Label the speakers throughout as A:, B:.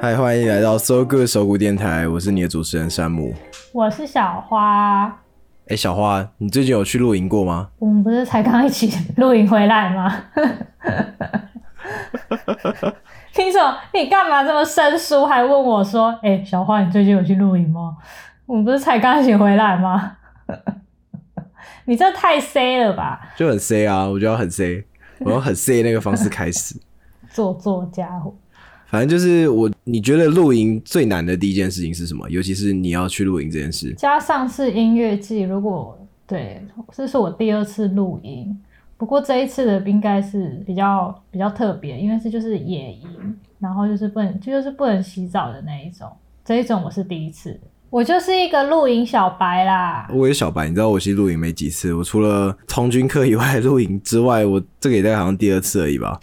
A: 嗨，欢迎来到 So Good 手鼓电台，我是你的主持人山姆。
B: 我是小花。
A: 哎，小花，你最近有去露营过吗？
B: 我们不是才刚一起露营回来吗？ 听什么？你干嘛这么生疏？还问我说：“哎、小花，你最近有去露营吗？”我们不是才刚一起回来吗？ 你这太 C 了吧，
A: 就很 C 啊，我觉得很 C，我用很 C 那个方式开始。
B: 做作家伙！
A: 反正就是我，你觉得露营最难的第一件事情是什么？尤其是你要去露营这件事。
B: 加上是音乐季，如果对，这是我第二次露营，不过这一次的应该是比较比较特别，因为是就是野营，然后就是不能就是不能洗澡的那一种，这一种我是第一次，我就是一个露营小白啦。
A: 我也是小白，你知道我其实露营没几次，我除了从军课以外露营之外，我这个也大概好像第二次而已吧。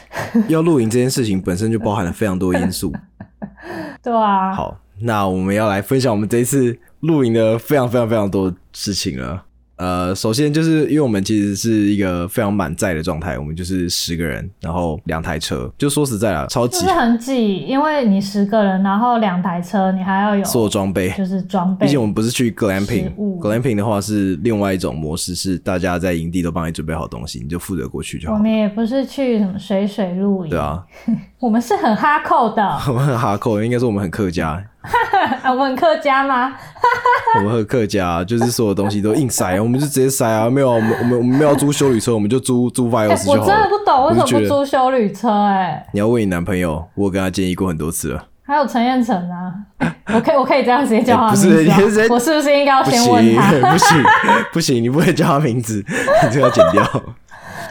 A: 要露营这件事情本身就包含了非常多因素。
B: 对啊，
A: 好，那我们要来分享我们这一次露营的非常非常非常多事情了。呃，首先就是因为我们其实是一个非常满载的状态，我们就是十个人，然后两台车，就说实在啦，超
B: 就
A: 级
B: 是很挤，因为你十个人，然后两台车，你还要有
A: 所有装备。
B: 就是装备
A: 毕，竟我们不是去
B: 食物
A: glamping，glamping 的话是另外一种模式，是大家在营地都帮你准备好东西，你就负责过去就
B: 我
A: 好。
B: 们也不是去什么水水露营，
A: 对啊，
B: 我们是很哈扣的，
A: 我们很哈扣，应该说我们很客家，
B: 啊我们很客家吗？
A: 我们很客家，就是所有东西都硬塞，我们就直接塞啊，没有，我们我们我们没有租修理车，我们就租租 v i o
B: 哎
A: s
B: 我
A: 就好
B: 真
A: 了
B: 的。不懂为什么
A: 我
B: 不
A: 就觉
B: 租修旅车、哎，
A: 你要问你男朋友，我跟他建议过很多次了，
B: 还有陈彦成 啊，哎我可以我可以这样直接叫他
A: 哎
B: 的
A: 不是
B: 名字吗啊
A: 你是在
B: 我是不是应该要
A: 不
B: 先
A: 行，
B: 问他？
A: 不 行，不行，你不能叫他名字， 你这个要剪掉。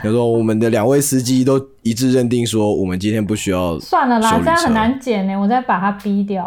A: 他说我们的两位司机都一致认定说，我们今天不需要
B: 算了啦，
A: 修理
B: 这样
A: 车
B: 很难剪呢、我再把它逼掉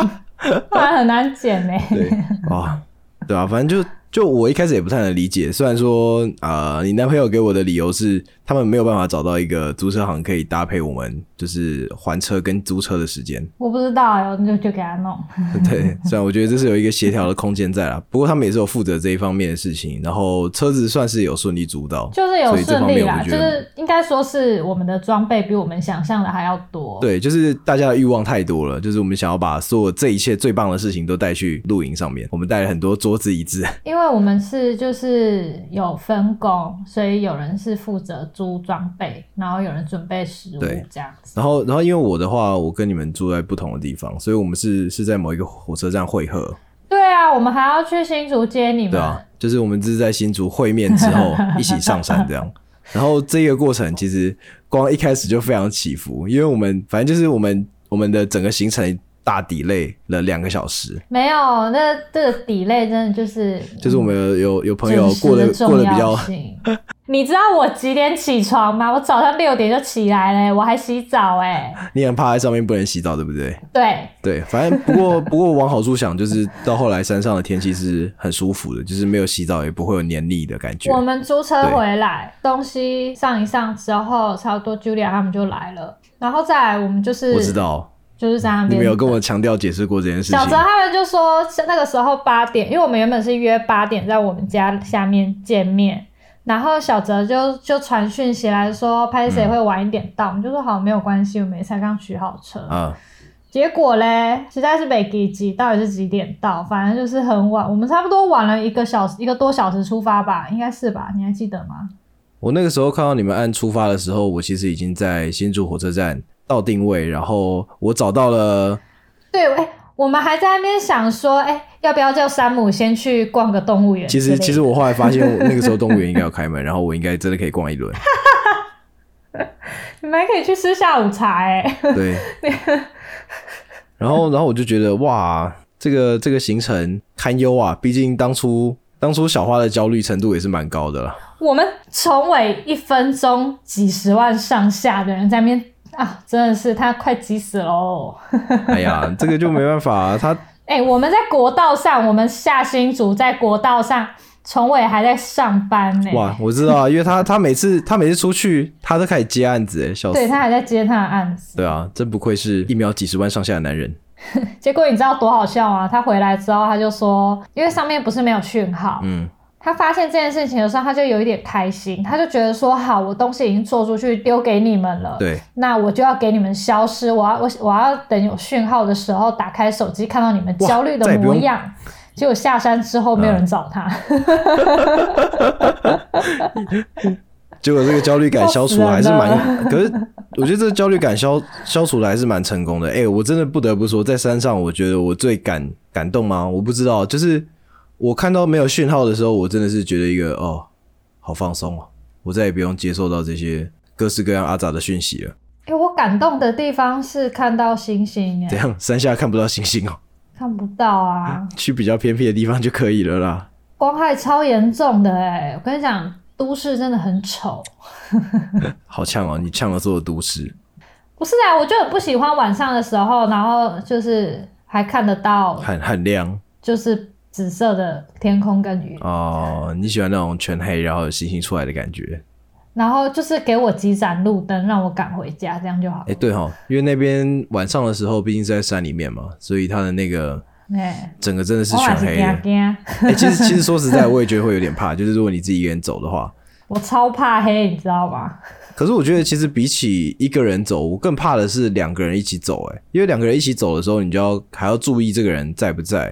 B: 了，不然很难剪呢、
A: 对啊，对啊，反正就就我一开始也不太能理解，虽然说啊、呃你男朋友给我的理由是他们没有办法找到一个租车行可以搭配我们就是还车跟租车的时间，
B: 我不知道、哎我就就给他弄。
A: 对，虽然我觉得这是有一个协调的空间在啦，不过他们也是有负责这一方面的事情，然后车子算是有顺利租到，
B: 就是有
A: 所以这
B: 顺
A: 方
B: 利
A: 面我
B: 啦，
A: 们
B: 就
A: 觉得。
B: 是应该说是我们的装备比我们想象的还要多。，
A: 对，就是大家的欲望太多了，就是我们想要把所有这一切最棒的事情都带去露营上面。我们带了很多桌子椅子，
B: 因为我们是就是有分工，所以有人是负责租装备，然后有人准备食物
A: 对
B: 这样子。
A: 然后，然后因为我的话，我跟你们住在不同的地方，所以我们是是在某一个火车站会合，
B: 对啊，我们还要去新竹接你们。
A: 对啊，就是我们只是在新竹会面之 后一起上山这样。然后这个过程其实光一开始就非常起伏，因为我们反正就是我们我们的整个行程大 delay 了两个小时，
B: 没有，那这个 delay 真的就是
A: 就是我们有有有朋友
B: 准嗯时
A: 过得
B: 的重
A: 过得比
B: 要
A: 较
B: 性。你知道我几点起床吗？我早上六点就起来了，我还洗澡哎、
A: 你很怕在上面不能洗澡，对不对？
B: 对，
A: 对，反正不 过不过往好处想，就是到后来山上的天气是很舒服的，就是没有洗澡也不会有黏腻的感觉。
B: 我们租车
A: 对
B: 回来，东西上一上之后，差不多 Julia 他们就来了，然后再来我们就是
A: 我知，道，
B: 就是在那边
A: 你没有跟我强调解释过这件事情
B: 小。泽他们就说那个时候八点，因为我们原本是约八点在我们家下面见面，然后小泽就就传讯息来说拍谁会晚一点到，我们就说好没有关系，我们也才刚取好车。
A: 啊，
B: 结果嘞，实在是没给急，到底是几点到？反正就是很晚，我们差不多晚了一个小时一个多小时出发吧，应该是吧？你还记得吗？
A: 我那个时候看到你们按出发的时候，我其实已经在新竹火车站到定位，然后我找到了，
B: 对，哎、我们还在那边想说，哎、要不要叫山姆先去逛个动物园之
A: 其
B: 类的？
A: 实其实我后来发现，那个时候动物园应该要开门，然后我应该真的可以逛一轮。
B: 你们还可以去吃下午茶、哎，
A: 对，然后然后我就觉得哇，这个这个行程堪忧啊，毕竟当初当初小花的焦虑程度也是蛮高的啦。
B: 我们重尾一分钟几十万上下的人在那边啊，真的是他快急死喽！
A: 哎呀，这个就没办法、啊，他
B: 哎、我们在国道上，我们下新竹在国道上，重尾还在上班呢、
A: 哇，我知道啊，因为他他每次他每次出去，他都开始接案子，哎，笑死
B: 对。他还在接他的案子，
A: 对啊，真不愧是一秒几十万上下的男人。
B: 结果你知道多好笑吗？他回来之后，他就说，因为上面不是没有讯号，
A: 嗯，
B: 他发现这件事情的时候，他就有一点开心，他就觉得说：“好，我东西已经做出去，丢给你们了，
A: 对，
B: 那我就要给你们消失，我要我我要等有讯号的时候打开手机，看到你们
A: 哇
B: 焦虑
A: 再
B: 的
A: 也不
B: 模
A: 用
B: 样。”结果下山之后，没有人找他，
A: 结果这个焦虑感消除了，还是蛮……可是我觉得这个焦虑感消消除了还是蛮成功的。哎、我真的不得不说，在山上，我觉得我最感感动吗？我不知道，就是我看到没有讯号的时候，我真的是觉得一个哦，好放松哦，我再也不用接受到这些各式各样阿杂的讯息了。
B: 哎、我感动的地方是看到星星、
A: 怎
B: 哎，
A: 样？山下看不到星星哦，
B: 看不到啊，
A: 去比较偏僻的地方就可以了啦。
B: 光害超严重的、哎，我跟你讲，都市真的很丑。
A: 好呛哦，你呛了所有都市。
B: 不是啊，我就很不喜欢晚上的时候，然后就是还看得到
A: 很很亮
B: 就是紫色的天空跟云，
A: 哦，你喜欢那种全黑然后有星星出来的感觉？
B: 然后就是给我几盏路灯让我赶回家，这样就好
A: 哎、。对哈，因为那边晚上的时候毕竟是在山里面嘛，所以它的那个
B: 哎、
A: 整个真的是
B: 我也
A: 全
B: 是
A: 黑的。
B: 惊啊惊，
A: 哎、其实其实说实在，我也觉得会有点怕，就是如果你自己一个人走的话。
B: 我超怕黑，你知道吗？
A: 可是我觉得其实比起一个人走，我更怕的是两个人一起走、哎，因为两个人一起走的时候，你就要还要注意这个人在不在，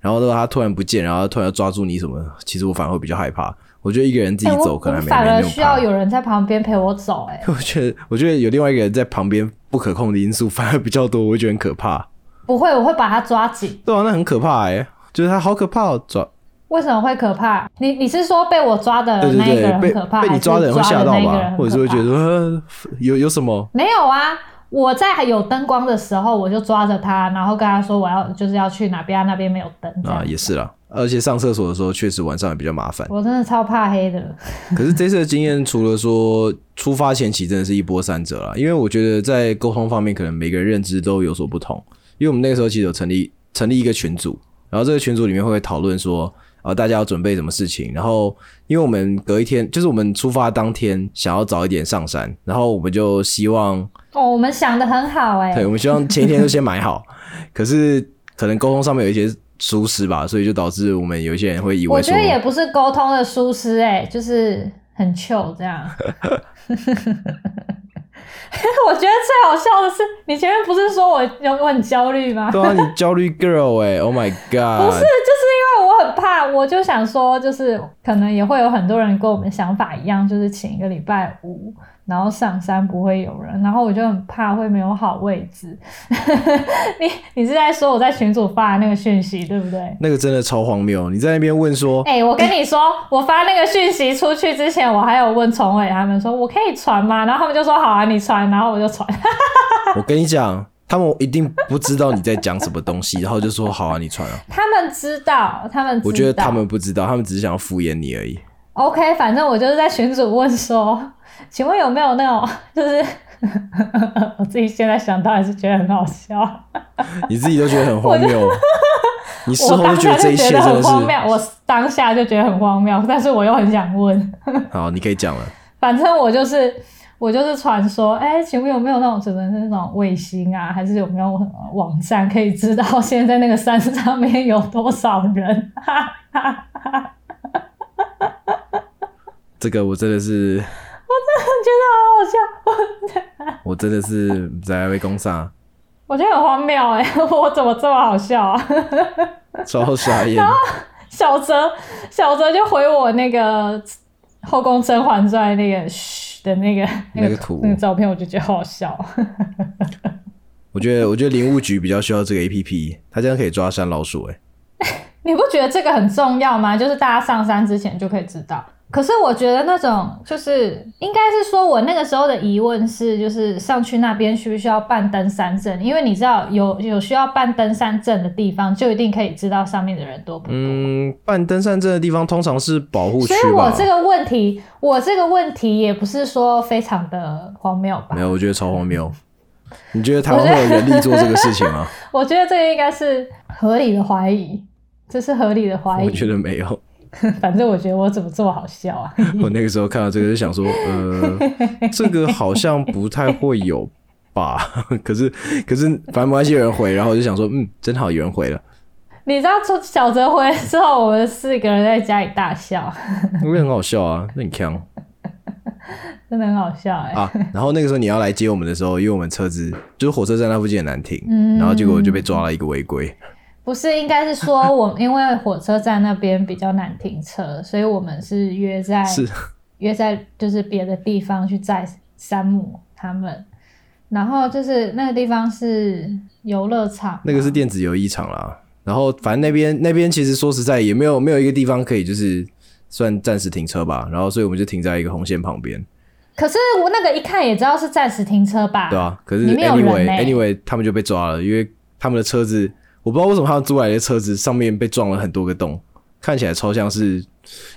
A: 然后如果他突然不见，然后他突然要抓住你什么，其实我反而会比较害怕。我觉得一个人自己
B: 哎我
A: 走可能
B: 我
A: 还没、
B: 反
A: 没
B: 而
A: 那么
B: 需
A: 怕
B: 要有人在旁边陪我走、哎，
A: 我觉得，我觉得有另外一个人在旁边不可控的因素反而比较多，我会觉得很可怕。
B: 不会，我会把它抓紧。
A: 对啊，那很可怕哎、就是他好可怕、哦，抓
B: 为什么会可怕？你你是说被我抓的
A: 对对
B: 呃那一个
A: 对，
B: 人
A: 被
B: 很可怕，
A: 被你
B: 还是抓
A: 抓的人会吓到
B: 那个人
A: 吧
B: 很，可
A: 或者是会觉
B: 怕
A: 得呃有有什么
B: 没有啊，我在有灯光的时候，我就抓着他，然后跟他说我要就是要去哪边、啊，那边没有灯这样
A: 啊，也是啦。而且上厕所的时候确实晚上也比较麻烦。
B: 我真的超怕黑的，
A: 可是这次的经验，除了说出发前期真的是一波三折啦，因为我觉得在沟通方面，可能每个人认知都有所不同。因为我们那个时候其实有成立成立一个群组，然后这个群组里面会讨论说，啊，大家要准备什么事情。然后，因为我们隔一天，就是我们出发当天想要早一点上山，然后我们就希望，
B: 哦，我们想的很好哎、
A: 对，我们希望前一天就先买 好。可是可能沟通上面有一些疏失吧，所以就导致我们有一些人会以
B: 我
A: 为
B: 觉
A: 说
B: 得，也不是沟通的疏失哎、就是很 chill 这样。 我觉得最好笑的是，你前面不是说我有我很焦虑吗？
A: 对啊，你焦虑 girl 哎、o h my
B: 不
A: god，
B: 是，就是因为我很怕，我就想说，就是可能也会有很多人跟我们想法一样，就是请一个礼拜五，然后上山不会有人，然后我就很怕会没有好位置。 你你是在说我在群主发的那个讯息对不对？
A: 那个真的超荒谬！你在那边问说，
B: 哎、我跟你说，我发那个讯息出去之前，我还有问崇伟他们说，我可以传吗？然后他们就说好啊，你传，然后我就传。
A: 我跟你讲，他们一定不知道你在讲什么东西，然后就说好啊，你传啊。
B: 他们知道，他们知道
A: 我觉得他们不知道，他们只是想要敷衍你而已。
B: OK，反正我就是在群主问说，请问有没有那种 就是我自己现在想到还是觉得很好笑，
A: 你自己都觉得很荒谬，你事后
B: 我当
A: 觉
B: 下
A: 得这
B: 就
A: 一切
B: 觉
A: 真
B: 得
A: 的
B: 很
A: 是
B: 荒谬，我当下就觉得很荒谬，但是我又很想问，
A: 好，你可以讲了。
B: 反正我就是我就是传说，哎、请问有没有那种只能是那种卫星啊，还是有没有网站可以知道现在那个山上面有多少人？
A: 这个我真的是，
B: 觉得好好笑，
A: 我真的是在被攻上，
B: 我觉得很荒谬哎、 我怎么这么好笑啊？
A: 超傻眼。
B: 小泽，小泽就回我那个《后宫甄嬛传》那个嘘的那个
A: 那个图
B: 那个照片，我就觉得好好笑。
A: 我觉得，我觉得林务局比较需要这个 A P P，它这样可以抓山老鼠、欸。哎，
B: 你不觉得这个很重要吗？就是大家上山之前就可以知道。可是我觉得那种就是，应该是说我那个时候的疑问是，就是上去那边需不需要办登山证？因为你知道有有需要办登山证的地方，就一定可以知道上面的人多不多。
A: 嗯，办登山证的地方通常是保护区
B: 所以我
A: 吧？
B: 这个问题，我这个问题也不是说非常的荒谬吧？
A: 没有，我觉得超荒谬。你觉得台湾会有人力做这个事情 吗？
B: 我觉得这个应该是合理的怀疑，这是合理的怀
A: 我
B: 疑。
A: 觉得没有。
B: 反正我觉得我怎么这么好笑啊？
A: 我那个时候看到这个就想说，呃，这个好像不太会有 吧。可是可是，反正没关系，有人回，然后我就想说，嗯，真好，有人回了。
B: 你知道，出小泽回来之后，我们四个人在家里大笑，
A: 因为很好笑啊，那很强
B: 真的很好笑哎、
A: 啊。然后那个时候你要来接我们的时候，因为我们车子就是火车站那附近很难停，
B: 嗯
A: 然后结果就被抓了一个违规。
B: 不是，应该是说 我因为火车站那边比较难停车，所以我们是约在
A: 是
B: 约在就是别的地方去载山姆他们，然后就是那个地方是游乐场嘛，
A: 那个是电子游艺场啦。然后反正那边那边其实说实在也没有没有一个地方可以就是算暂时停车吧。然后所以我们就停在一个红线旁边，
B: 可是我那个一看也知道是暂时停车吧？
A: 对吧、啊可是
B: 啊里面有人
A: anyway
B: 欸
A: anyway 他们就被抓了，因为他们的车子我不知道为什么他们租来的车子上面被撞了很多个洞，看起来超像是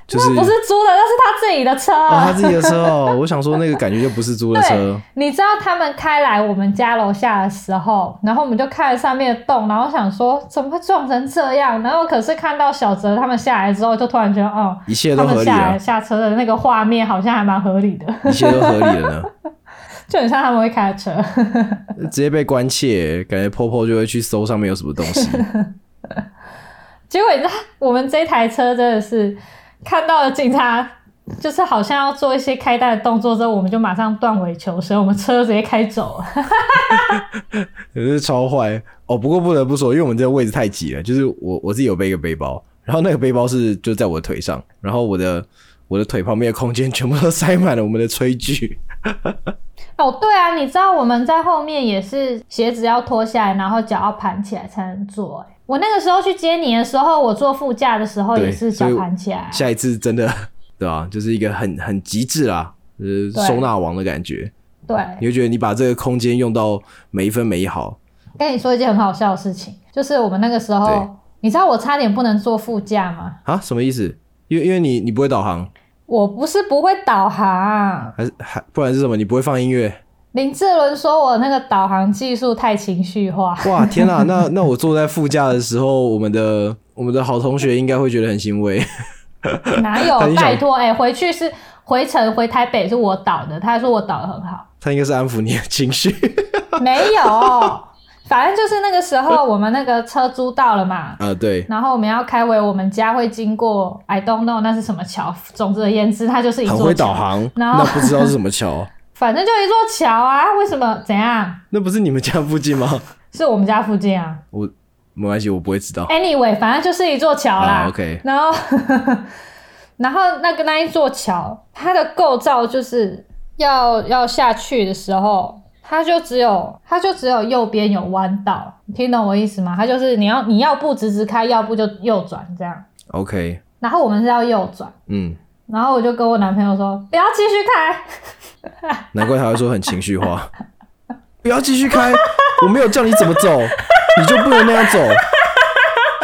A: 就是
B: 不是租的，那是他自己的车。
A: 哦他自己的车哦，我想说那个感觉就不是租的车
B: 对。，你知道他们开来我们家楼下的时候，然后我们就看了上面的洞，然后想说怎么会撞成这样？然后可是看到小泽他们下来之后，就突然觉得，哦，
A: 一切
B: 他
A: 都
B: 们
A: 合理啊
B: 下来
A: 了，
B: 下车的那个画面好像还蛮合理的，
A: 一切都合理了呢。
B: 就很像他们会开的车。
A: 直接被关切，感觉 Popo 就会去搜上面有什么东西。
B: 结果你知道，我们这台车真的是看到了警察，就是好像要做一些开单的动作之后，我们就马上断尾求生，我们车直接开走了。
A: 也是超坏哦。不过不得不说，因为我们这个位置太挤了，就是我我自己有背一个背包，然后那个背包是就在我的腿上，然后我的我的腿旁边的空间全部都塞满了我们的炊具。
B: 哦，对啊，你知道我们在后面也是鞋子要脱下来，然后脚要盘起来才能坐、欸。我那个时候去接你的时候，我坐副驾的时候
A: 对
B: 哦也是脚
A: 所以
B: 盘起来。啊
A: 下一次真的对吧、就是一个很很极致啦，就是
B: 对
A: 收纳王的感觉。
B: 对，
A: 你会觉得你把这个空间用到每一分每一毫，
B: 跟你说一件很好笑的事情，就是我们那个时
A: 对
B: 候，你知道我差点不能坐副驾吗？
A: 啊？什么意思？因为因为你你不会导航，
B: 我不是不会导航，
A: 还是还不然是什么？你不会放音乐？
B: 林志伦说我那个导航技术太情绪化，
A: 哇，天啊！那那我坐在副驾的时候，我们的我们的好同学应该会觉得很欣慰。他
B: 哪
A: 很
B: 有？
A: 想
B: 拜托，哎、回去是回程回台北是我导的，他说我导的很好，
A: 他应该是安抚你的情绪。
B: 没有，反正就是那个时候我们那个车租到了嘛，
A: 啊，对，
B: 然后我们要开回我们家，会经过 I don't know 那是什么桥，总之而言之，它就是一
A: 很
B: 座
A: 会导
B: 桥，
A: 航，
B: 然后
A: 那不知道是什么桥？
B: 反正就一座桥啊，为什么？怎样？
A: 那不是你们家附近吗？
B: 是我们家附近啊
A: 我没关系，我不会知道。
B: ，anyway，反正就是一座桥啦。
A: 啊，OK，
B: 然后， 然后那个那一座桥，它的构造就是要要下去的时候，它就只有它就只有右边有弯道，你听懂我意思吗？它就是你要你要不直直开，要不就右转这样。
A: o k
B: 然后我们是要右转，
A: 嗯，
B: 然后我就跟我男朋友说不要继续开，
A: 难怪他会说很情绪化。 不要继续开，我没有叫你怎么走，你就不能那样走。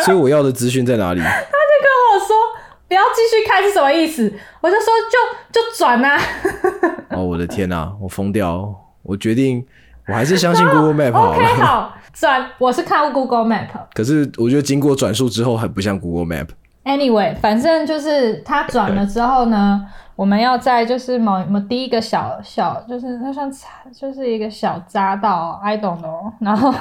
A: 所以我要的资讯在哪里？
B: 跟我说不要继续开是什么意思？我就说就就转啊。
A: 哦，我的天啊，我疯掉哦！我决定，我还是相信 Google Map 好
B: OK，
A: 了。
B: 好，转，我是看 Google Map。
A: 可是我觉得经过转述之后，很不像 Google Map。
B: Anyway，反正就是他转了之后呢，我们要在就是某某第一个小小就是那算岔就是一个小匝道，I don't know，然后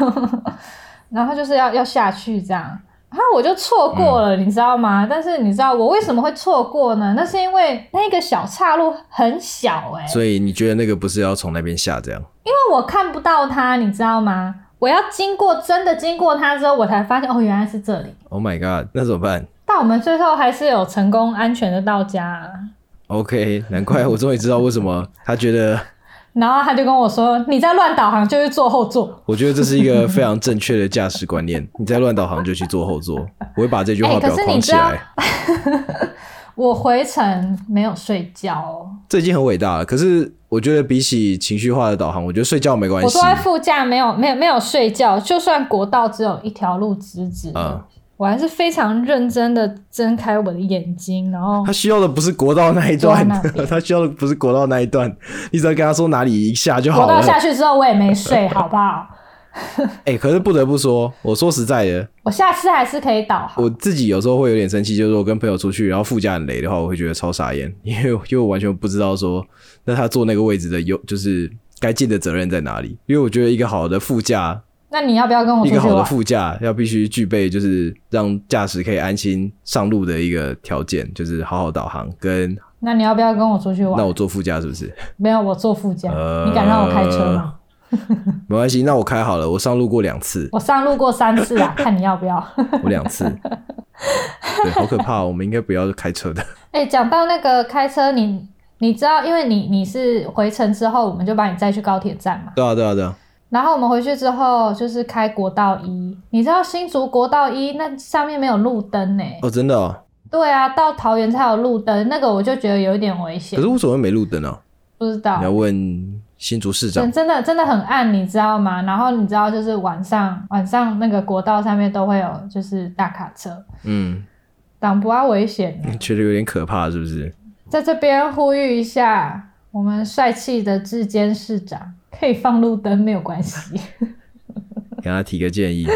B: 然后就是要要下去这样，然后我就错过了，你知道吗？但是你知道我为什么会错过呢？那是因为那个小岔路很小哎、
A: 所以你觉得那个不是要从那边下这样？
B: 因为我看不到它，你知道吗？我要经过真的经过它之后，我才发现哦，原来是这里。
A: Oh my god，那怎么办
B: 但我们最后还是有成功安全的到家啊、
A: ？OK，难怪我终于知道为什么他觉得，
B: 然后他就跟我说：“你在乱导航，就去坐后座。
A: 我觉得这是一个非常正确的驾驶观念。你在乱导航就去坐后 座，我会把这句话
B: 哎可
A: 表
B: 是
A: 框
B: 你
A: 起
B: 知道
A: 来。”
B: 我回程没有睡觉哦，
A: 这已经很伟大了。可是我觉得比起情绪化的导航，我觉得睡觉没关
B: 我
A: 系
B: 坐。在副驾没有没有没有睡觉，就算国道只有一条路直直的，
A: 嗯
B: 我还是非常认真的睁开我的眼睛，然后
A: 他需要的不是国道那一段
B: 坐在那，边
A: 他需要的不是国道那一段，你只要跟他说哪里一下就
B: 国
A: 好
B: 道
A: 了。
B: 下去之后我也没睡，好不好？
A: 哎、可是不得不说，我说实在的，
B: 我下次还是可以导航。
A: 我自己有时候会有点生气，就是我跟朋友出去，然后副驾很雷的话，我会觉得超傻眼， 因为因为我完全不知道说，那他坐那个位置的优就是该尽的责任在哪里。因为我觉得一个好的副驾
B: 那你要不要跟我
A: 一
B: 出
A: 个
B: 去
A: 好的
B: 玩？
A: 哦副驾要必须具备，就是让驾驶可以安心上路的一个条件，就是好好导航。跟
B: 那你要不要跟我出去
A: 那
B: 玩？
A: 我坐副驾是不 是？
B: 没有，我坐副驾。
A: 呃
B: 你敢让我开车吗？
A: 没关系，那我开好了，我上路过两次，
B: 我上路过三次啊，看你要不要。
A: 我两 次，对，好可怕、哦，我们应该不要开 车的。
B: 哎、讲到那个开车，你你知道，因为你你是回程之后，我们就把你载去高铁站嘛。
A: 对啊，对啊，对啊，
B: 然后我们回去之后就是开国道一，你知道新竹国道一那上面没有路灯呢、
A: 哦，真的哦。
B: 对啊，到桃园才有路灯，那个我就觉得有一点危险
A: 可是。为什么会没路灯啊？
B: 不知道
A: 你，要问新竹市长
B: 真。真的真的很暗，你知道吗？然后你知道就是晚上晚上那个国道上面都会有就是大卡车，
A: 嗯，
B: 挡不啊危险呢。
A: 觉得有点可怕，是不是？
B: 在这边呼吁一下，我们帅气的志坚市长可以放路灯没有关系，
A: 给他提个建议。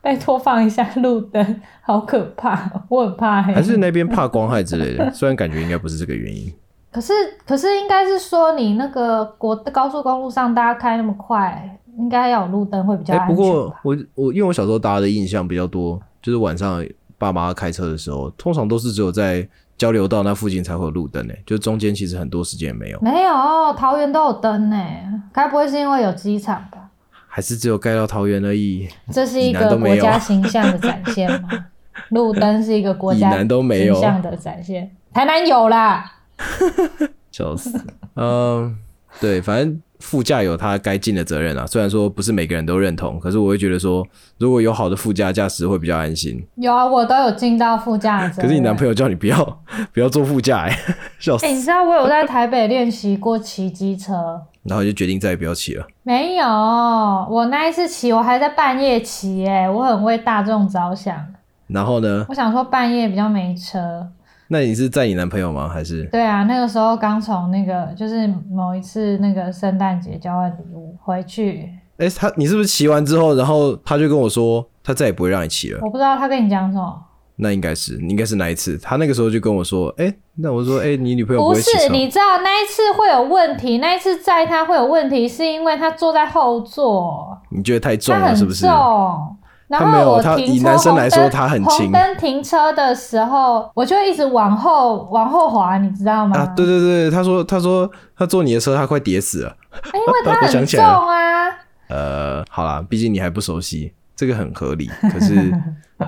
B: 拜托放一下路灯，好可怕，我很怕黑。
A: 还是那边怕光害之 类的，虽然感觉应该不是这个原因。
B: 可是可是应该是说你那个国高速公路上大家开那么快，应该要有路灯会比较
A: 哎、
B: 安全
A: 不
B: 吧。
A: 过我我因为我小时候大家的印象比较多，就是晚上爸妈开车的时候，通常都是只有在交流道那附近才会有路灯诶、欸就中间其实很多时间也没有，
B: 没有，桃园都有灯呢，该不会是因为有机场吧？
A: 还是只有盖到桃园而已，
B: 这是一
A: 以南
B: 个
A: 都没
B: 国
A: 有
B: 家形象的展现 吗？路灯是一个国家
A: 以南都没有
B: 形象的展现，台南有啦。
A: 笑 死。嗯，对，反正副驾有他该尽的责任啊。虽然说不是每个人都认同，可是我会觉得说，如果有好的副驾驾驶会比较安心。
B: 有啊，我都有尽到副驾的责任。
A: 可是你男朋友叫你不要不要坐副驾、欸，笑死
B: 哎、，你知道我有在台北练习过骑机车？
A: 然后就决定再也不要骑了。
B: 没有，我那一次骑，我还在半夜骑，哎，我很为大众着想。
A: 然后呢？
B: 我想说半夜比较没车，
A: 那你是载你男朋友吗？还是
B: 对啊，那个时候刚从那个就是某一次那个圣诞节交换礼物回去，
A: 哎、他你是不是骑完之后，然后他就跟我说他再也不会让你骑了？
B: 我不知道他跟你讲什么。
A: 那应该是你应该是哪一次？他那个时候就跟我说，哎、那我说，哎、你女朋友
B: 不
A: 会骑
B: 是，
A: 车？
B: 你知道那一次会有问题，那一次载他会有问题，是因为他坐在后座，
A: 你觉得太重
B: 他
A: 了
B: 很
A: 是不是？
B: 重。啊然
A: 他没有
B: 后我
A: 他
B: 停
A: 以
B: 车
A: 男生
B: 红
A: 来说
B: 灯
A: 他很轻
B: 红灯停车的时候，我就一直往后往后滑，你知道吗？
A: 啊，对对对，他说他说他坐你的车，他快跌死了。
B: 哎因为他
A: 我想
B: 很
A: 起
B: 重
A: 来了
B: 啊。
A: 呃，好啦，毕竟你还不熟悉，这个很合理。可 是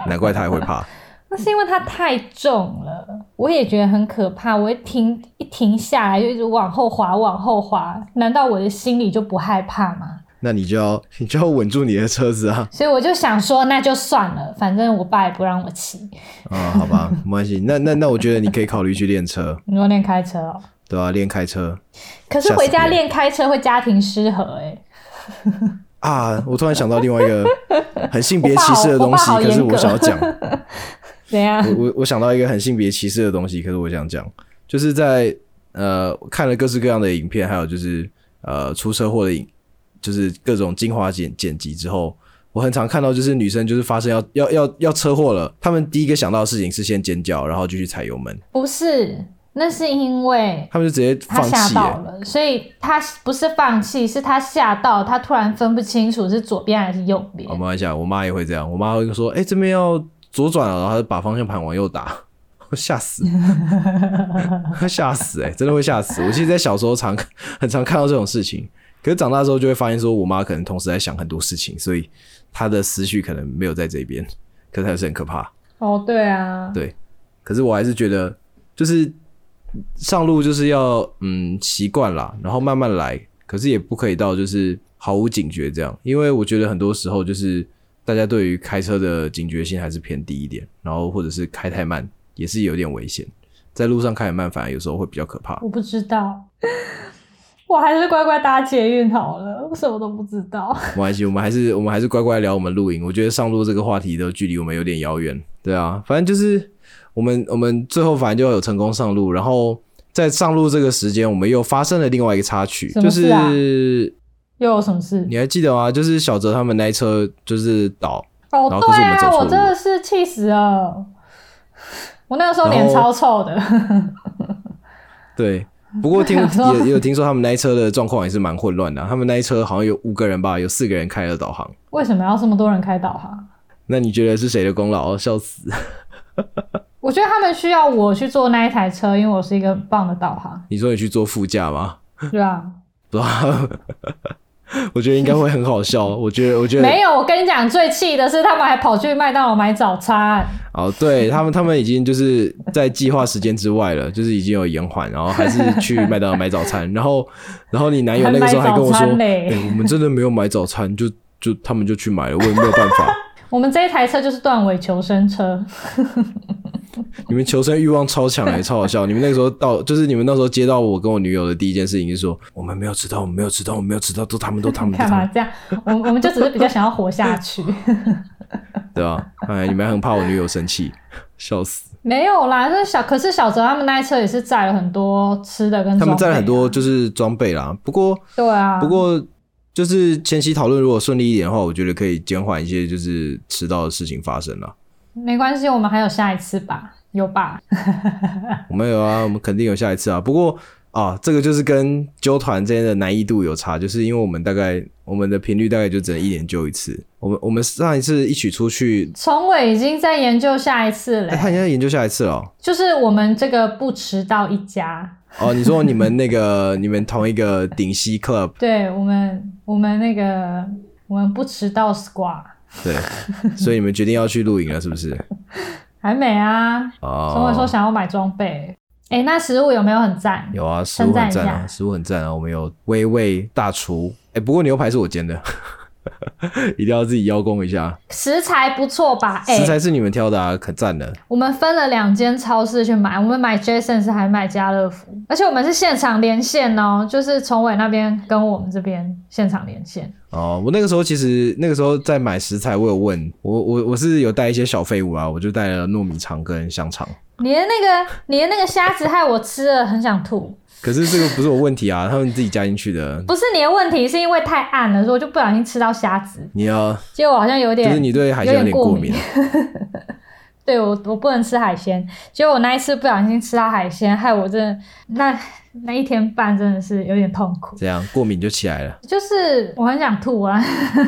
A: 难怪他还会怕。
B: 那是因为它太重了，我也觉得很可怕。我一停一停下来就一直往后滑，往后滑，难道我的心里就不害怕吗？
A: 那你就要你就要稳住你的车子啊。
B: 所以我就想说，那就算了，反正我爸也不让我骑。
A: 啊、好吧，没关系。那那那我觉得你可以考虑去练车。
B: 你说练开车哦、
A: 对啊，练开车
B: 可是
A: 吓死
B: 回
A: 别
B: 家
A: 人
B: 练开车会家庭失和哎、欸。
A: 啊！我突然想到另外一个很性别
B: 我爸
A: 歧视的
B: 好我
A: 东
B: 爸
A: 西，
B: 好
A: 可是
B: 严
A: 我
B: 格
A: 想要讲，
B: 怎样？
A: 我我我想到一个很性别歧视的东西，可是我想讲，就是在呃看了各式各样的影片，还有就是呃出车祸的影，就是各种精华剪剪辑之后，我很常看到就是女生就是发生要要要要车祸了，她们第一个想到的事情是先尖叫，然后就去踩油门，
B: 不是，那是因为
A: 她们就直接
B: 他
A: 放
B: 吓
A: 弃、
B: 到
A: 欸。
B: 了，所以他不是放弃，是他吓到，他突然分不清楚是左边还是右边
A: 我。们一下，啊我妈也会这样，我妈会说：“哎、这边要左转了。”然后她就把方向盘往右打， 我吓死， 吓死、哎，真的会吓死。我其实，在小时候常很常看到这种事情，可是长大之后就会发现，说我妈可能同时在想很多事情，所以她的思绪可能没有在这边，可是还是很可怕。
B: 哦，对啊，
A: 对，可是我还是觉得，就是上路就是要嗯习惯啦，然后慢慢来，可是也不可以到就是毫无警觉这样，因为我觉得很多时候就是大家对于开车的警觉性还是偏低一点，然后或者是开太慢也是有点危险，在路上开很慢反而有时候会比较可怕。
B: 我不知道， 我还是乖乖搭捷运好了，我什么都不知道。
A: 没关系，我们还是我们还是乖乖聊我们露营。我觉得上路这个话题都距离我们有点遥远。对啊，反正就是我们我们最后反正就有成功上路，然后在上路这个时间，我们又发生了另外一个插曲，
B: 什
A: 就
B: 么事啊
A: 是
B: 又有什么事？
A: 你还记得吗？就是小哲他们那一车就是倒，
B: 哦，
A: 然后可是
B: 对
A: 我们走
B: 啊，
A: 错
B: 我
A: 路
B: 真的是气死了。我那个时候
A: 然
B: 脸
A: 后
B: 超臭的，
A: 对，不过听
B: 我想说
A: 也也有听说他们那一车的状况也是蛮混乱的啊、他们那一车好像有五个人吧，有四个人开了导航。
B: 为什么要这么多人开导航？
A: 那你觉得是谁的功劳？笑死！，
B: 我觉得他们需要我去坐那一台车，因为我是一个很棒的导航
A: 你说你去坐副驾吗？
B: 对啊。
A: 不知道， 我觉得应该会很好笑。我觉得，我觉得
B: 没有，我跟你讲，最气的是他们还跑去麦当劳买早餐，
A: 哦，对他们，他们已经就是在计划时间之外了，就是已经有延缓，然后还是去麦当劳买早 餐。然后，然后你男友那个时候还跟我说：“
B: 还买早餐嘞
A: 哎、我们真的没有买早餐，就就他们就去买了，我也没有办法。
B: 我们这一台车就是断尾求生车，
A: 你们求生欲望超强哎、超好笑。你们那个时候到，就是你们那时候接到我跟我女友的第一件事情是说，我们没有吃到，我们没有吃到，我们没有吃到，都他们都他们都
B: 干
A: 他
B: 嘛
A: 们，
B: 这样？我我们就只是比较想要活下 去，
A: 对吧、哎，你们还很怕我女友生气， 笑死。
B: 没有啦。那小可是小泽他们那一车也是载了很多吃的跟
A: 他们
B: 装备
A: 载
B: 啊
A: 了很多就是装备啦，不过
B: 对啊，
A: 不过就是前期讨论如果顺利一点的话，我觉得可以减缓一些就是迟到的事情发生了。
B: 没关系，我们还有下一次吧，有吧？
A: 我们有啊，我们肯定有下一次啊。不过啊，这个就是跟纠团之间的难易度有差，就是因为我们大概我们的频率大概就只能一年揪一次。我们我们上一次一起出去，
B: 崇伟已经在研究下一次
A: 哎、
B: 嘞，
A: 他已经在研究下一次了哦。
B: 就是我们这个不迟到一家，
A: 哦，你说你们那 个你们同一个顶溪 club
B: 对我们我们那个我们不迟到 squad
A: 对，所以你们决定要去露营了，是不是？
B: 还美啊，崇伟说
A: 哦，
B: 想要买装备，哎、那食物有没有很赞？
A: 有啊，食物很
B: 称赞
A: 赞
B: 一
A: 啊，
B: 下
A: 食物很赞啊，我们有微味大厨，哎、不过牛排是我煎的， 一定要自己邀功一下。
B: 食材不错吧？哎、
A: 食材是你们挑的啊，可赞了。
B: 我们分了两间超市去买，我们买 Jasons 还买家乐福，而且我们是现场连线哦，就是崇伟那边跟我们这边现场连线。
A: 哦，我那个时候其实那个时候在买食材，我有问我我我是有带一些小废物啊，我就带了糯米肠跟香肠。
B: 你的那个你的那个虾子害我吃了很想吐，
A: 可是这个不是我问题啊， 他们自己加进去的。
B: 不是你的问题，是因为太暗了，所以我就不小心吃到虾子，
A: 你要
B: 结果我好像有
A: 就
B: 点，
A: 是你对海鲜有点过敏，
B: 对我我不能吃海鲜，结果我那一次不小心吃到海鲜，害我真的那那一天半真的是有点痛苦，
A: 这样过敏就起来了，
B: 就是我很想吐啊，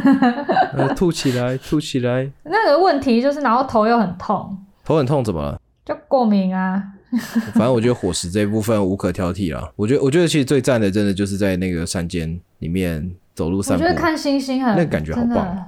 A: 呃，吐起来，吐起来，
B: 那个问题就是然后头又很痛，
A: 头很痛怎么了？
B: 就过敏啊，
A: 反正我觉得伙食这一部分无可挑剔了。我觉得，我觉得其实最赞的，真的就是在那个山间里面走路
B: 我
A: 散
B: 觉
A: 步
B: 得。看星星很
A: 那感觉好棒
B: 真的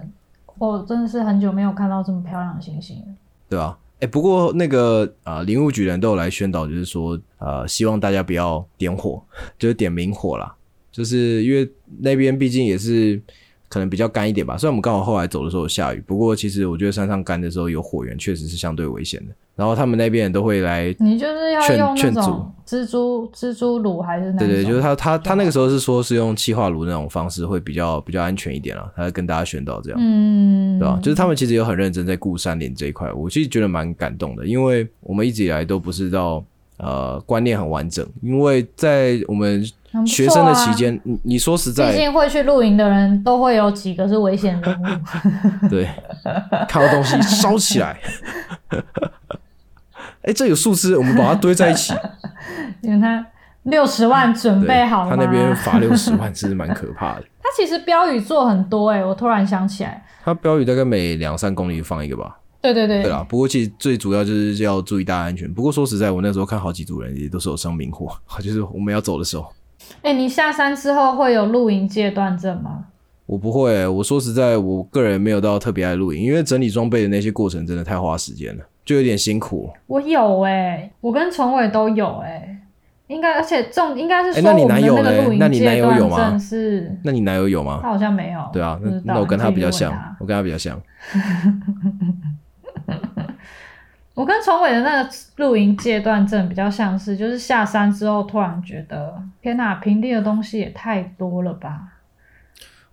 B: 很，我真的是很久没有看到这么漂亮的星星了，
A: 对啊，哎、不过那个呃，林务局人都有来宣导，就是说呃，希望大家不要点火， 就是点明火啦，就是因为那边毕竟也是可能比较干一点吧。虽然我们刚好后来走的时候有下雨，不过其实我觉得山上干的时候有火源，确实是相对危险的。然后他们那边人都会来。
B: 你就是要
A: 劝
B: 用那
A: 劝阻
B: 种蜘蛛蜘蛛卤还是那种？啊
A: 对对，就是他他他那个时候是说是用气化炉那种方式会比较比较安全一点啊啦，他跟大家宣导这样。
B: 嗯，
A: 对吧、就是他们其实有很认真在顾山林这一块，我其实觉得蛮感动的，因为我们一直以来都不是到呃观念很完整，因为在我们
B: 很不错
A: 学生的
B: 啊
A: 期间，你你说实
B: 毕
A: 在
B: 竟会去露营的人都会有几个是危险人 物，
A: 对，看到东西烧起来， 哎、这有树枝，我们把它堆在一 起，
B: 你看六十万准
A: 对，
B: 备好
A: 他
B: 吗？
A: 那边罚六十万，其实蛮可怕的。
B: 他其实标语做很多哎、我突然想起来，
A: 他标语大概每两三公里放一个吧，
B: 对对对，
A: 对啊啦，不过其实最主要就是要注意大家安全。不过说实在，我那时候看好几组人也都是有生命祸， 就是我们要走的时候。
B: 哎、你下山之后会有露营戒断症吗？
A: 我不会、我说实在，我个人没有到特别爱露营，因为整理装备的那些过程真的太花时间了，就有点辛苦。
B: 我有哎、我跟崇伟都有哎、应该而且重应该是
A: 哎
B: 说
A: 那你
B: 我们
A: 男
B: 的
A: 友
B: 那个
A: 嘞
B: 露
A: 那
B: 营
A: 你男
B: 戒
A: 友有
B: 断
A: 吗
B: 症是，
A: 那你男友有
B: 他
A: 吗？
B: 好像没有，
A: 对啊，
B: 不
A: 那
B: 知道
A: 那我跟
B: 你
A: 他
B: 自己
A: 比较
B: 问
A: 像
B: 他，
A: 我跟他比较像。
B: 我跟崇伟的那个露营戒断症比较像是，就是下山之后突然觉得，天哪，平地的东西也太多了吧，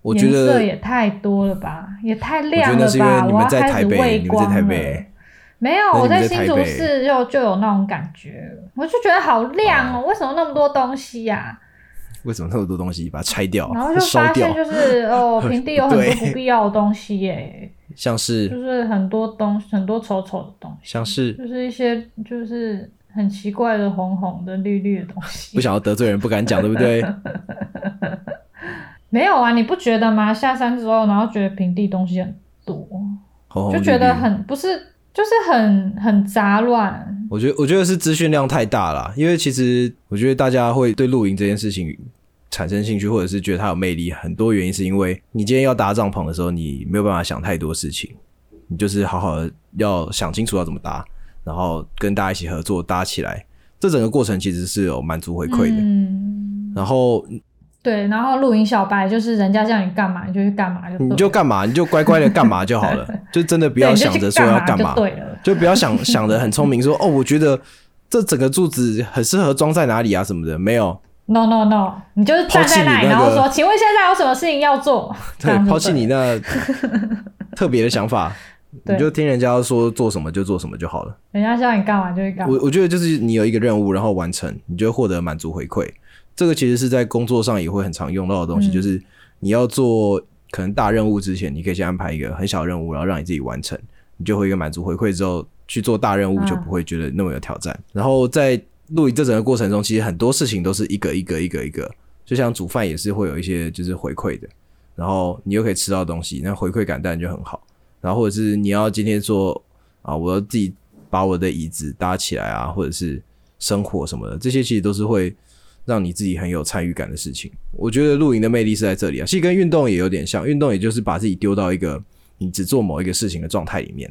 A: 我觉
B: 颜色
A: 得
B: 也太多了吧，也太
A: 我觉
B: 亮
A: 得
B: 了吧，
A: 那是因为你
B: 我
A: 们
B: 要
A: 在
B: 开
A: 台
B: 始
A: 北，
B: 畏
A: 你们在
B: 光
A: 台
B: 了。
A: 北，
B: 没有，
A: 那你
B: 我
A: 们
B: 在
A: 在台
B: 新竹
A: 北
B: 市就就有那种感觉，我就觉得好亮哦，为什么那么多东西呀、
A: 为什么那么多东西把它拆掉
B: 然后就、
A: 哦 烧
B: 发现
A: 掉？
B: 就是 哦，平地有很多
A: 对
B: 不必要的东西耶，
A: 像
B: 就是是很多东很多丑丑的东西，
A: 像是
B: 就是一些就是很奇怪的红红的、绿绿的东西
A: 不。想要得罪人，不敢讲，对不 对？
B: 没有啊，你不觉得吗？下山之后，然后觉得平地东西很多，
A: 红红
B: 就
A: 绿
B: 觉得
A: 绿
B: 很不是，就是很很杂乱。
A: 我觉得，我觉得是资讯量太大了，因为其实我觉得大家会对露营这件事情产生兴趣，或者是觉得它有魅力，很多原因是因为你今天要搭帐篷的时候，你没有办法想太多事情，你就是好好的要想清楚要怎么搭，然后跟大家一起合作搭起来，这整个过程其实是有满足回馈的。
B: 嗯，
A: 然后
B: 对。然后露营小白就是人家叫你干嘛你就去干嘛就对
A: 你就干嘛，你就乖乖的干嘛就好了，就真的不
B: 不
A: 要想着说要
B: 干
A: 干嘛
B: 就，对了。
A: 就不要想想的很聪明，说哦，我觉得这整个柱子很适合装在哪里啊什么的，没有，
B: No no no，你就是站
A: 抛
B: 在那
A: 弃你那
B: 里，
A: 个
B: 然后说：“请问现在有什么事情要做？” 这
A: 对
B: 样，就
A: 抛弃
B: 嗯对
A: 你
B: 了
A: 那特别的想法，你
B: 对
A: 就听人家说做什么就做什么就好了。
B: 人家叫你干嘛就去干嘛
A: 我。我觉得就是你有一个任务，然后完成，你就会获得满足回馈。这个其实是在工作上也会很常用到的东西，
B: 嗯
A: 就是你要做可能大任务之前，你可以先安排一个很小的任务，然后让你自己完成，你就会有一个满足回馈之后去做大任务，
B: 嗯
A: 就不会觉得那么有挑战。然后在录影这整个过程中，其实很多事情都是一个一个一个一个，就像煮饭也是会有一些就是回馈的，然后你又可以吃到东西，那回馈感当然就很好。然后或者是你要今天说啊，我要自己把我的椅子搭起来啊，或者是生火什么的，这些其实都是会让你自己很有参与感的事情。我觉得露营的魅力是在这里啊，其实跟运动也有点像，运动也就是把自己丢到一个你只做某一个事情的状态里面，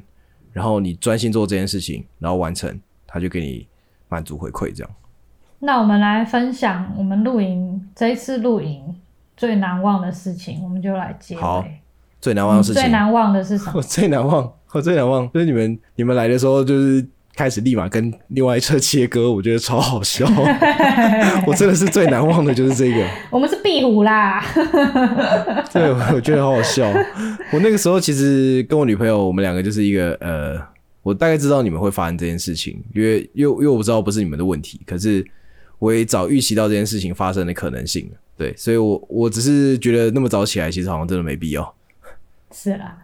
A: 然后你专心做这件事情，然后完成，它就给你满足回馈这样。
B: 那我们来分享我们露营这一次露营最难忘的事情，我们就来结尾。
A: 好最难忘的事情，
B: 嗯最难忘的是什么
A: 我？最难忘，我最难忘就是你们你们来的时候，就是开始立马跟另外一车切割，我觉得超好笑。 我真的是最难忘的就是这个，
B: 我们是壁虎啦，
A: 对，我觉得好好笑。哦我那个时候其实跟我女朋友，我们两个就是一个呃，我大概知道你们会发生这件事情，因为因为因为我知道不是你们的问题，可是我也早预期到这件事情发生的可能性了。对，所以我我只是觉得那么早起来，其实好像真的没必要。
B: 是啦。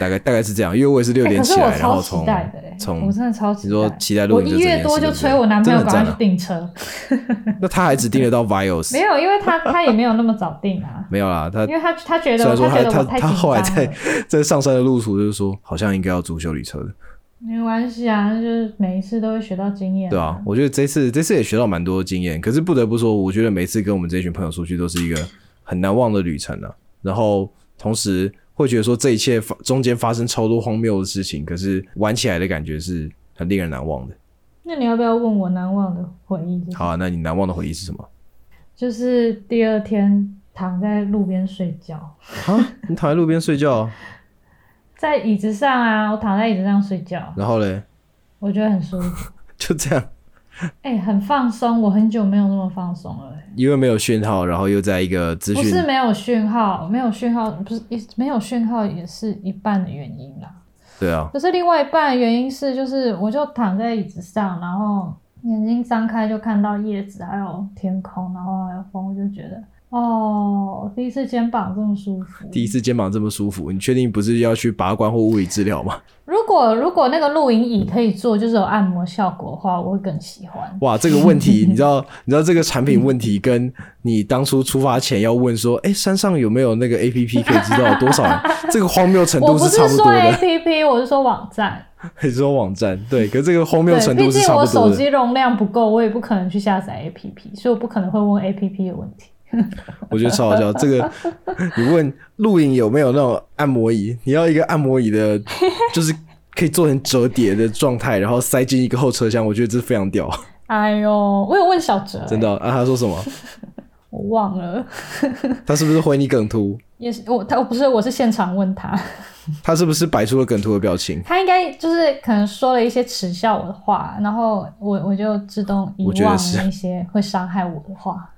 A: 大概大概是这样，因为我也是六
B: 欸
A: 点
B: 可是
A: 起
B: 我
A: 来，然后
B: 超期
A: 从
B: 待的、欸，
A: 从
B: 我真的超期
A: 你说
B: 待。
A: 期待录
B: 我
A: 影这
B: 一
A: 整件
B: 月
A: 事
B: 多就
A: 对不对
B: 催我男朋友
A: 真的
B: 赶
A: 很
B: 快
A: 赞
B: 去订车，
A: 那他还只订得 到 Vios，，
B: 没有，因为他他也没有那么早订啊
A: 没有啦，他
B: 因为他他觉得
A: 虽然说
B: 觉得
A: 他
B: 我
A: 他
B: 太
A: 他
B: 紧
A: 后来
B: 张
A: 在
B: 了，
A: 在上山的路途就是说，好像应该要租修理车的，
B: 没关系啊，就是每一次都会学到经验、
A: 对啊，，我觉得这次这次也学到蛮多经验，可是不得不说，我觉得每次跟我们这群朋友出去都是一个很难忘的旅程啊。然后同时会觉得说这一切发中间发生超多荒谬的事情，可是玩起来的感觉是很令人难忘的。
B: 那你要不要问我难忘的回忆是什么？
A: 好、啊，那你难忘的回忆是什么？
B: 就是第二天躺在路边睡觉，
A: 啊，你躺在路边睡觉，啊
B: 在椅子上啊，我躺在椅子上睡觉，
A: 然后嘞，
B: 我觉得很舒服，
A: 就这样，
B: 哎、很放松。我很久没有那么放松了、哎
A: 因为没有讯号，然后又在一个资
B: 不
A: 讯
B: 是没有讯号，没有讯号，不是一没有讯号也是一半的原因啦。
A: 对啊，
B: 可是另外一半的原因是，就是我就躺在椅子上，然后眼睛张开就看到叶子，还有天空，然后还有风，我就觉得哦，第一次肩膀这么舒服。
A: 第一次肩膀这么舒服，你确定不是要去拔罐或物理治疗吗？
B: 如果如果那个露营椅可以做，就是有按摩效果的话，我会更喜欢。
A: 哇，这个问 题你知道，你知道这个产品问题跟你当初出发前要问说，哎、山上有没有那个 A P P 可以知道有多 少人，这个荒谬程
B: 我
A: 度
B: 不
A: 差不
B: 说
A: 多
B: 哎 A
A: 的。
B: P P，我是说网站。
A: 你说网站对，可这个荒谬
B: 对，
A: 程
B: 毕
A: 度是
B: 竟
A: 差
B: 我
A: 不
B: 手
A: 多的。
B: 机容量不够，我也不可能去下载 A P P，所以我不可能会问 A P P 的问题。
A: 我觉得超好笑。这个你问露营有没有那种按摩椅？你要一个按摩椅的，就是可以做成折叠的状态，然后塞进一个后车厢，我觉得这非常屌，
B: 哎呦，我有问小哲、
A: 真的。啊，他说什么？
B: 我忘了，
A: 他是不是回你梗图？
B: 也是我他不是我是现场问他，
A: 他是不是摆出了梗图的表情？
B: 他应该就是可能说了一些耻笑我的话，然后我我就自动遗
A: 我觉
B: 忘
A: 得
B: 了
A: 是
B: 那些会伤害我的话。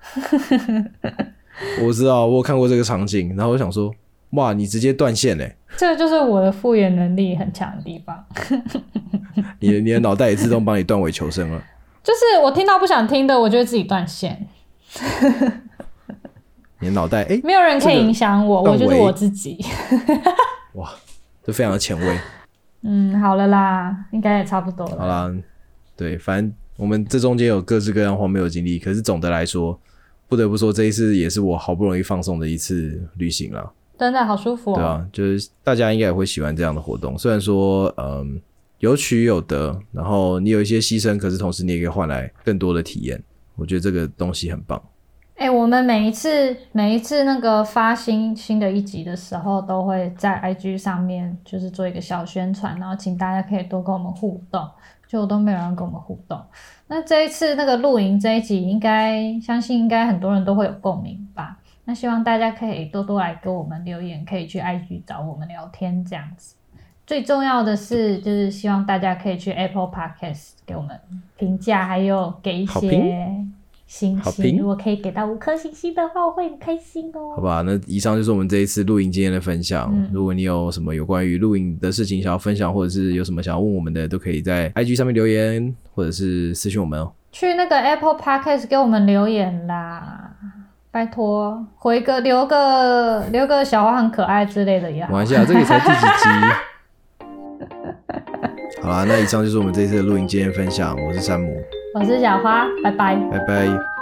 A: 我知道，我有看过这个场景，然后我想说，哇，你直接断线嘞，
B: 这个就是我的复原能力很强的地方，
A: 你的你的脑袋也自动帮你断尾求生了。
B: 就是我听到不想听的，我就会自己断线，
A: 你的脑袋，哎、
B: 没有人可以影响我，
A: 这个
B: 我就是
A: 断尾
B: 我自己。
A: 哇，这非常的前卫。
B: 嗯，好了啦，应该也差不多了。
A: 好啦，对，反正我们这中间有各式各样荒谬的经历，可是总的来说，不得不说这一次也是我好不容易放松的一次旅行了。
B: 真的好舒服
A: 对
B: 哦。
A: 啊，就是大家应该也会喜欢这样的活动。虽然说，嗯，有取有得，然后你有一些牺牲，可是同时你也可以换来更多的体验。我觉得这个东西很棒。
B: 哎、我们每一次每一次那个发新新的一集的时候，都会在 IG 上面就是做一个小宣传，然后请大家可以多跟我们互动，就都没有人跟我们互动。那这一次那个露营这一集，应该相信应该很多人都会有共鸣吧？那希望大家可以多多来给我们留言，可以去 IG 找我们聊天这样子。最重要的是，就是希望大家可以去 Apple Podcast 给我们评价，还有给一
A: 好
B: 些
A: 评
B: 星
A: 好
B: 星。
A: 评
B: 如果可以给到五颗星星的话，我会很开心
A: 好
B: 哦。
A: 吧，那以上就是我们这一次露营经验的分享。
B: 嗯
A: 如果你有什么有关于露营的事情想要分享，或者是有什么想要问我们的，都可以在 IG 上面留言，或者是私信我们哦。
B: 去那个 Apple Podcast 给我们留言啦，拜托，回个留个留个小花很可爱之类的也
A: 开
B: 好
A: 玩。笑，这个才第几集？好啦，那以上就是我们这一次的露营经验分享。我是山姆，
B: 我是小花，拜拜。
A: 拜拜。